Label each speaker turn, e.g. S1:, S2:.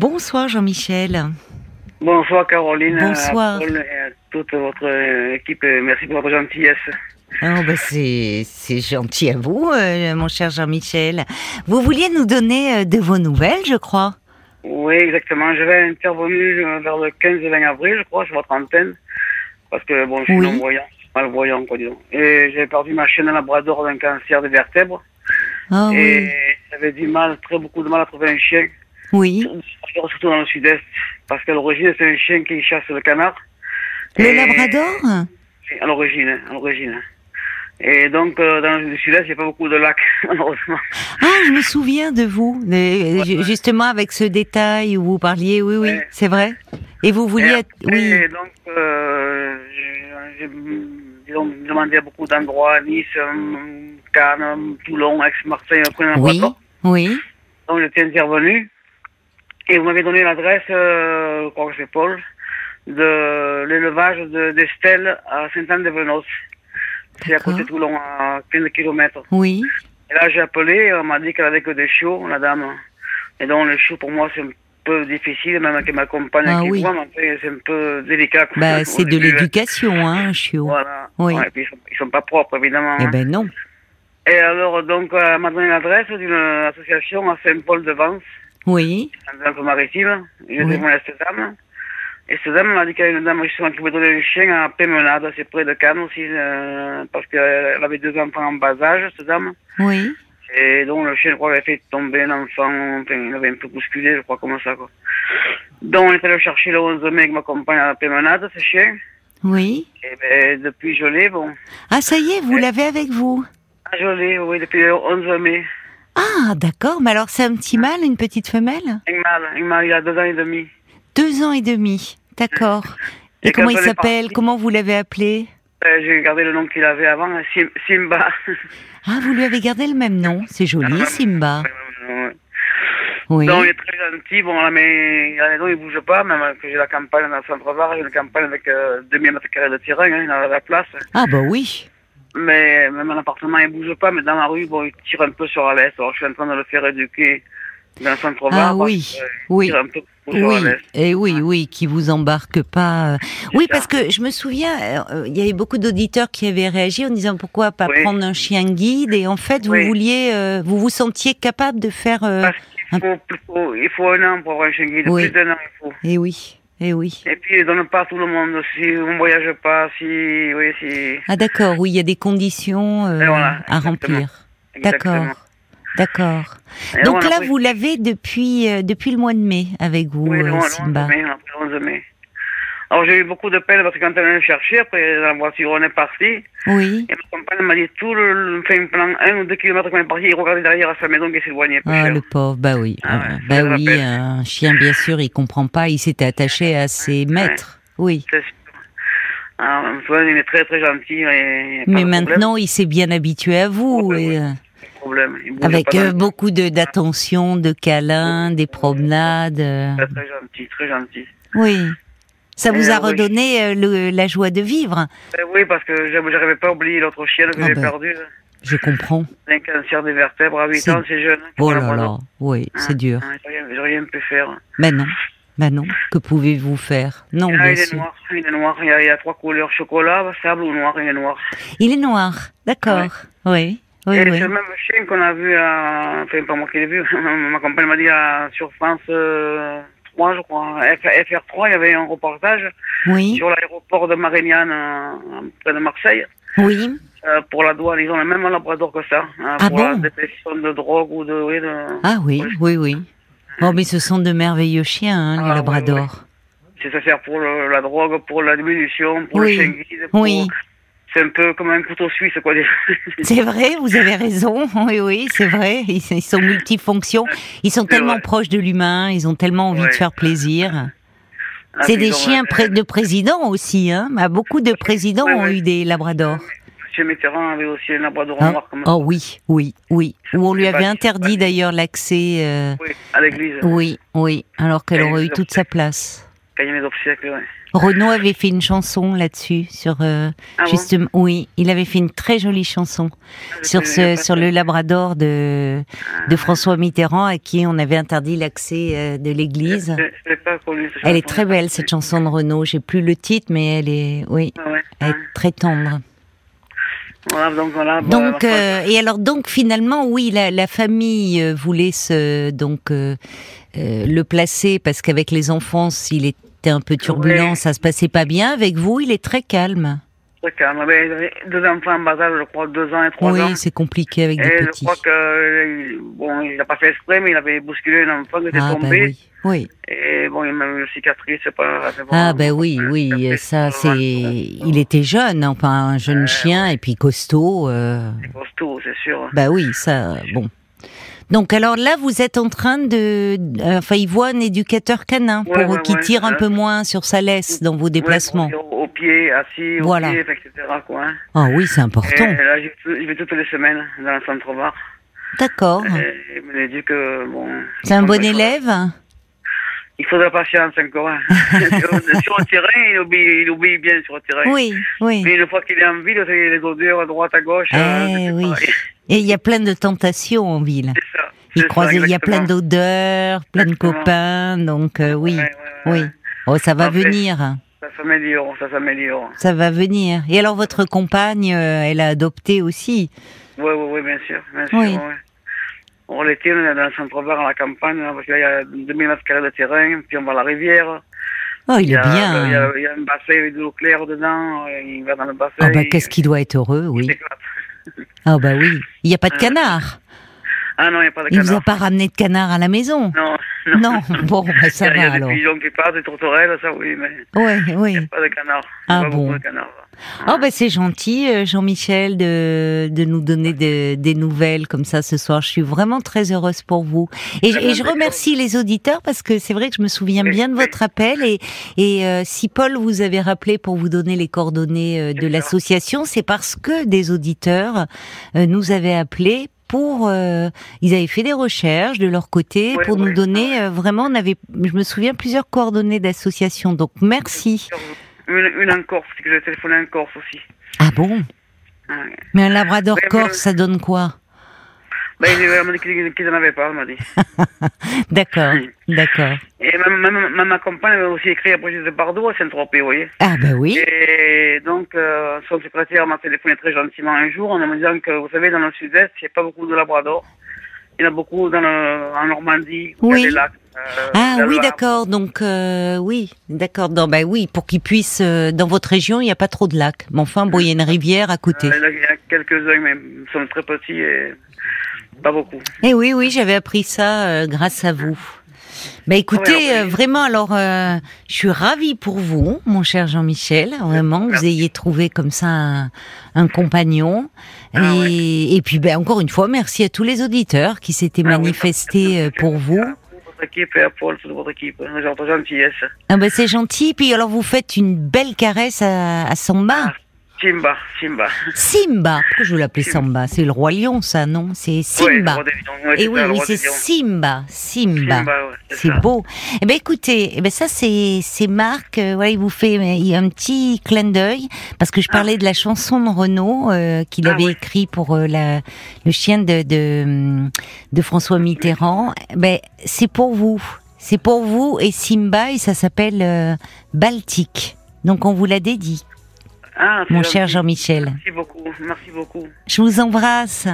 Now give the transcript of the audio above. S1: Bonsoir Jean-Michel.
S2: Bonsoir Caroline.
S1: Bonsoir.
S2: à Paul et à toute votre euh, équipe. Euh, Merci pour votre gentillesse.
S1: Ah, bah, c'est c'est gentil à vous, euh, mon cher Jean-Michel. Vous vouliez nous donner euh, de vos nouvelles, je crois.
S2: Oui, exactement. Je vais intervenir euh, vers le 15 et 20 avril, je crois, sur votre antenne. Parce que, bon, je suis
S1: Oui.
S2: non-voyant, malvoyant, quoi, disons. Et j'ai perdu ma chaîne à labrador d'un cancer des vertèbres.
S1: Ah
S2: et j'avais du mal, très beaucoup de mal à trouver un chien.
S1: oui. Oui.
S2: Surtout dans le sud-est. Parce qu'à l'origine, c'est un chien qui chasse le canard.
S1: Le
S2: Et-
S1: Labrador
S2: À l'origine, hein, à l'origine. Et donc, euh, dans le sud-est, il n'y a pas beaucoup de lacs, malheureusement.
S1: Ah, je me souviens de vous, euh,
S2: Ouais, Euh,
S1: ju-
S2: ouais.
S1: justement avec ce détail où vous parliez, oui, oui,
S2: Ouais.
S1: c'est vrai. Et vous vouliez
S2: Et
S1: être... Oui,
S2: après, donc, euh, j'ai- j'ai disons, demandé à beaucoup d'endroits, Nice, euh, Cannes, euh, Toulon, Aix-Marseille, euh, Prenant
S1: oui,
S2: Poitou.
S1: oui.
S2: Donc, j'étais intervenu. Et vous m'avez donné l'adresse, euh, je crois que c'est Paul, de l'élevage de- d'Estelle à Saint-Anne-de-Venos. C'est à
S1: D'accord.
S2: côté de Toulon, à 15 kilomètres.
S1: Oui,
S2: Et là, j'ai appelé, on m'a dit qu'elle avait que des chiots, la dame. Et donc, les chiots, pour moi, c'est un peu difficile, même avec ma compagne
S1: Ah
S2: qui
S1: oui.
S2: voit, mais après, c'est un peu délicat. quoi.
S1: bah,
S2: Au
S1: c'est de
S2: début,
S1: l'éducation, hein, un chiot.
S2: Voilà.
S1: Oui.
S2: Euh, Ouais, et puis, ils sont, ils sont pas propres, évidemment.
S1: Eh
S2: hein.
S1: ben non.
S2: Et alors, donc, euh, elle m'a donné l'adresse d'une association à Saint-Paul-de-Vence,
S1: Oui,
S2: en tant que maritime. J'ai
S1: Oui.
S2: demandé à cette dame. Et cette dame m'a dit qu'il y avait une dame justement qui voulait donner le chien à Pémenade, c'est près de Cannes aussi, euh, parce qu'elle avait deux enfants en bas âge, cette dame.
S1: oui.
S2: Et donc le chien, je crois, avait fait tomber un enfant, enfin, il avait un peu bousculé, je crois, comme ça, quoi. Donc on est allé le chercher le 11 mai avec ma compagne à la Pémenade, ce chien.
S1: Oui.
S2: Et ben, depuis je l'ai, bon.
S1: Ah, ça y est,
S2: Euh,
S1: vous l'avez avec vous.
S2: Ah, je l'ai, oui, depuis le 11 mai.
S1: Ah, d'accord. Mais alors, c'est un petit mâle, une petite femelle
S2: Il m'a, il m'a, il a deux ans et demi.
S1: Deux ans et demi. D'accord. Et,
S2: Et
S1: comment
S2: quand
S1: il
S2: on est
S1: s'appelle
S2: parti-
S1: Comment vous l'avez appelé
S2: Ben, j'ai gardé le nom qu'il avait avant, hein, Sim- Simba.
S1: Ah, vous lui avez gardé le même nom. C'est joli, Simba. Oui.
S2: Donc Ah, il est très gentil, bon, là, mais à la maison il bouge pas, même que j'ai la campagne dans le centre-var, j'ai une campagne avec euh, 2000 mètres carrés de terrain, hein, il a la place.
S1: Ah, bah oui.
S2: Mais même en appartement, il bouge pas, mais dans la rue, bon, il tire un peu sur Alès. Alors, je suis en train de le faire éduquer dans son
S1: Ah
S2: travail.
S1: oui,
S2: euh, Il
S1: oui.
S2: tire un peu sur
S1: Oui,
S2: Alès.
S1: et oui, oui, qui vous embarque pas. euh. Oui,
S2: ça.
S1: parce que je me souviens, euh, il y avait beaucoup d'auditeurs qui avaient réagi en disant pourquoi pas
S2: Oui.
S1: prendre un chien guide. Et en fait, vous
S2: Oui.
S1: vouliez, euh, vous vous sentiez capable de faire. euh,
S2: Parce qu'il faut, plus- faut- il faut un an pour avoir un chien guide.
S1: Oui.
S2: Plus d'un an, il faut.
S1: Eh oui, eh oui.
S2: Et puis, il donne pas à tout le monde. Si on voyage pas, si, oui, si.
S1: Ah d'accord, oui, il y a des conditions euh,
S2: Et voilà,
S1: à
S2: exactement.
S1: remplir.
S2: Exactement.
S1: D'accord, d'accord.
S2: Et
S1: Donc
S2: on a
S1: là,
S2: pris-
S1: vous l'avez depuis euh, depuis le mois de mai avec vous,
S2: Oui,
S1: euh,
S2: le onze-
S1: Simba.
S2: le 11 mai, on a pris le 11 mai. Alors, j'ai eu beaucoup de peine parce que quand on est allé chercher, après, dans la voiture, on est parti.
S1: Oui.
S2: Et ma compagne m'a dit tout le, le fait plan 1 ou 2 km qu'on est parti, il regardait derrière à sa maison qui s'éloignait. pas
S1: Ah
S2: cher.
S1: le pauvre, bah oui,
S2: Ah ouais,
S1: euh,
S2: ça
S1: bah
S2: le
S1: oui,
S2: rappelle.
S1: un chien bien sûr, il comprend pas, il s'était attaché à ses maîtres. Oui.
S2: C'est sûr. Ah, mon frère, il est très très gentil. Il y a pas
S1: Mais
S2: de
S1: maintenant, il s'est bien habitué à vous,
S2: Oui,
S1: et,
S2: oui.
S1: euh,
S2: problème, problème. Il bouge
S1: avec
S2: pas
S1: euh,
S2: dans-
S1: beaucoup de d'attention, de câlins, des promenades. euh.
S2: Très, très gentil, très gentil.
S1: Oui. Ça
S2: Et
S1: vous a
S2: Ah, oui.
S1: redonné euh, le- la joie de vivre.
S2: Ben oui, parce que j'av- j'arrivais pas à oublier l'autre chien que
S1: Ah
S2: j'ai
S1: ben.
S2: perdu.
S1: Je comprends.
S2: Un cancer des vertèbres à 8
S1: C'est-
S2: ans, c'est jeune.
S1: Oh
S2: Voilà,
S1: là
S2: voilà.
S1: là, oui, c'est
S2: Ah,
S1: dur.
S2: ah, J'ai rien- j'ai rien pu faire.
S1: Ben non, ben non, que pouvez-vous faire Non,
S2: Et là,
S1: bien
S2: Ah, il est
S1: sûr.
S2: noir, il est noir. Il y a, il y a trois couleurs chocolat, sable ou noir, il est noir.
S1: Il est noir, d'accord.
S2: Ah
S1: Oui, oui,
S2: Et
S1: oui.
S2: c'est le même chien qu'on a vu à. Enfin, pas moi qui l'ai vu. Ma compagne m'a dit à... sur France euh, 3, je crois. F- FR3, il y avait un reportage.
S1: Oui,
S2: sur l'aéroport de Marignane, euh, près de Marseille.
S1: oui.
S2: Euh, pour la douane, ils ont le même labrador que ça. euh,
S1: Ah
S2: pour la
S1: bon
S2: détection de drogue ou de. oui, de-
S1: Ah oui, oui, oui. Oh, mais ce sont de merveilleux chiens, hein,
S2: Ah,
S1: les
S2: oui,
S1: labradors.
S2: C'est ça sert pour le- la drogue, pour la diminution, pour
S1: Oui.
S2: le chien guide. pour-
S1: Oui,
S2: C'est un peu comme un couteau suisse, quoi. déjà.
S1: c'est vrai, vous avez raison. Oui, oui, c'est vrai. Ils, ils sont multifonctions. Ils sont
S2: C'est
S1: tellement
S2: vrai.
S1: proches de l'humain. Ils ont tellement envie de
S2: Ouais.
S1: faire plaisir.
S2: Ah,
S1: C'est
S2: puis
S1: des
S2: ils ont,
S1: chiens
S2: euh,
S1: près de présidents aussi. Hein. Bah, beaucoup de présidents
S2: Ouais,
S1: ont
S2: ouais.
S1: eu des labradors.
S2: Chez Mitterrand avait aussi un labrador
S1: Hein
S2: noir comme ça.
S1: Oh oui, oui, oui. Où on lui
S2: C'est
S1: avait
S2: pas-
S1: interdit
S2: ouais.
S1: d'ailleurs l'accès. euh,
S2: Oui, à l'église.
S1: Oui, oui. Alors qu'elle
S2: Et
S1: aurait eu
S2: je-
S1: toute sa place.
S2: payer mes obsèques, ouais.
S1: Renaud avait fait une chanson là-dessus, sur euh,
S2: Ah bon Ah,
S1: justement, oui, il avait fait une très jolie chanson
S2: Je
S1: sur
S2: connais
S1: ce,
S2: pas
S1: sur
S2: ça. Ah.
S1: le Labrador de de François Mitterrand à qui on avait interdit l'accès euh, de l'église.
S2: Je- Ah, je l'ai pas connu, cette
S1: Elle est
S2: chanson.
S1: très belle cette chanson de Renaud. J'ai plus le titre, mais elle est, oui,
S2: Ah ouais,
S1: elle
S2: ouais.
S1: est très tendre.
S2: Voilà, donc voilà. bah,
S1: Donc
S2: voilà.
S1: euh, et alors donc finalement oui la, la famille euh, voulait se donc euh, euh, le placer parce qu'avec les enfants s'il était un peu turbulent
S2: Ouais.
S1: ça se passait pas bien avec vous il est très calme
S2: Très calme. hein. Mais Deux enfants en bas âge, je crois, deux ans et trois ans.
S1: oui c'est compliqué avec
S2: Et
S1: des
S2: je
S1: petits
S2: crois que, euh, bon, il n'a pas fait exprès, mais il avait bousculé un enfant qui était
S1: ah bah
S2: tombé.
S1: oui oui
S2: Et bon, il y a même une cicatrice, c'est pas. c'est
S1: ah
S2: pas-
S1: bah oui oui
S2: cicatrice,
S1: euh, ça
S2: c'est pas
S1: c'est il était jeune enfin un
S2: Eh,
S1: jeune chien et puis costaud euh,
S2: C'est costaud, c'est sûr.
S1: bah oui ça bon donc alors là vous êtes en train de enfin il voit un éducateur canin pour
S2: Ouais, ouais,
S1: qui
S2: ouais,
S1: tire un
S2: ouais.
S1: peu moins sur sa laisse dans vos déplacements
S2: Ouais, au, au pied, assis, au
S1: Voilà.
S2: pied, etc. Quoi, hein.
S1: Ah oui, c'est
S2: Et
S1: important.
S2: là, j'y vais je vais toutes les semaines dans le centre bar.
S1: D'accord.
S2: Et il me dit que, bon.
S1: Ah. C'est un
S2: il
S1: bon
S2: faudrait-
S1: élève.
S2: Il faut de la patience encore. hein. sur le terrain, il obéit, il obéit bien sur le terrain.
S1: Oui, oui.
S2: Mais une fois qu'il est en ville, c'est les odeurs à droite, à gauche. euh,
S1: Eh
S2: c'est
S1: oui.
S2: pareil.
S1: Et il y a plein de tentations en ville.
S2: C'est ça.
S1: Il
S2: C'est
S1: croise,
S2: ça,
S1: il y a plein
S2: exactement.
S1: d'odeurs, plein de
S2: Exactement.
S1: copains. Donc euh, oui,
S2: Ouais, ouais, ouais.
S1: oui. Oh, ça va
S2: En fait-
S1: venir.
S2: Ça s'améliore, ça s'améliore.
S1: Ça va venir. Et alors votre compagne, euh, elle a adopté aussi.
S2: Oui, oui, oui, bien sûr. Bien sûr
S1: Oui.
S2: ouais. On les tient dans le centre-vert, à la campagne, là, parce qu'il y a 2000 mètres carrés de terrain, puis on va à la rivière.
S1: Oh, il
S2: y
S1: est
S2: a,
S1: bien.
S2: Il y, a, il y a un bassin avec de l'eau claire dedans, euh, il va dans le bassin.
S1: Ah bah
S2: il-
S1: qu'est-ce qu'il doit être heureux,
S2: il
S1: oui.
S2: s'éclate.
S1: Ah bah oui. Il n'y a pas de canard.
S2: Ah non, il n'y a Euh, pas de
S1: Il vous a
S2: canard.
S1: pas ramené de canard à la maison.
S2: Non,
S1: Non. Bon, bah, ça
S2: il y a, il y a
S1: va
S2: des
S1: alors.
S2: pigeons qui passent, des tourterelles, ça oui, mais
S1: Oui, oui.
S2: pas de canard.
S1: Ah
S2: pas
S1: bon.
S2: beaucoup de canard.
S1: Oh bah c'est gentil euh, Jean-Michel de, de nous donner de- des nouvelles comme ça ce soir. Je suis vraiment très heureuse pour vous. Et, je-
S2: Eh ben,
S1: et je
S2: d'accord.
S1: remercie les auditeurs parce que c'est vrai que je me souviens bien de votre appel et, et euh, si Paul vous avait rappelé pour vous donner les coordonnées euh, de
S2: D'accord.
S1: l'association, c'est parce que des auditeurs euh, nous avaient appelé pour euh, ils avaient fait des recherches de leur côté
S2: Ouais,
S1: pour nous
S2: ouais.
S1: donner euh, vraiment on avait je me souviens plusieurs coordonnées d'associations. Donc merci.
S2: Une, une en Corse, parce que j'ai téléphoné en Corse aussi. Ah,
S1: Ah bon
S2: Ouais.
S1: Mais un labrador
S2: Ouais, mais-
S1: corse, ça donne quoi
S2: Ben, il elle m'a dit qu'il qu'il n'en avait pas, elle m'a dit.
S1: D'accord,
S2: Oui.
S1: d'accord.
S2: Et même, même, même ma compagne avait aussi écrit à Brigitte Bardot à Saint-Tropez, vous voyez.
S1: Ah bah oui,
S2: Et euh, donc, euh, son secrétaire m'a téléphoné très gentiment un jour en me disant que, vous savez, dans le sud-est, il n'y a pas beaucoup de labrador. Il y en a beaucoup dans le, en Normandie. où il
S1: Oui.
S2: y a des lacs, euh,
S1: Ah
S2: dans
S1: oui,
S2: le Havre.
S1: d'accord. Donc euh, oui, d'accord. Non, bah oui, pour qu'ils puissent euh, dans votre région, il n'y a pas trop de lacs. Mais enfin, bon, il y a une rivière à côté.
S2: Euh, là, il y a quelques-uns, mais ils sont très petits et pas beaucoup.
S1: Eh oui, oui, j'avais appris ça euh, grâce à vous. Bah
S2: Ouais,
S1: écoutez,
S2: alors,
S1: euh,
S2: oui.
S1: vraiment, alors euh, je suis ravie pour vous, mon cher Jean-Michel, vraiment, que vous
S2: Merci.
S1: ayez trouvé comme ça un, un compagnon.
S2: Ah, ouais.
S1: et, et puis, ben encore une fois, merci à tous les auditeurs qui s'étaient
S2: Ah oui,
S1: manifestés
S2: merci.
S1: euh, pour vous.
S2: Pour votre équipe et à Paul, toute votre équipe. J'ai votre gentillesse.
S1: Ah bah c'est gentil. Puis alors vous faites une belle caresse à, à Samba.
S2: Simba, Simba.
S1: Simba. Pourquoi je veux l'appeler Samba C'est le roi lion, ça, non C'est
S2: Ouais, le
S1: Simba.
S2: roi des lions. Ouais,
S1: Et
S2: c'est
S1: oui,
S2: ça, le
S1: oui,
S2: roi
S1: c'est
S2: des lions.
S1: Simba. Simba.
S2: Simba, ouais, c'est
S1: C'est
S2: ça.
S1: beau. Eh ben écoutez, eh ben ça c'est c'est Marc. euh, voilà, il vous fait euh, il y a un petit clin d'œil parce que je parlais de la chanson de Renaud euh, qu'il
S2: Ah
S1: avait
S2: oui.
S1: écrit pour euh, la le chien de de, hum, de François Mitterrand. Eh Ben c'est pour vous, c'est pour vous et Simba et ça s'appelle euh, Baltique. Donc on vous l'a dédie,
S2: Ah, c'est
S1: mon
S2: gentil.
S1: cher Jean-Michel.
S2: Merci beaucoup, merci beaucoup.
S1: Je vous embrasse.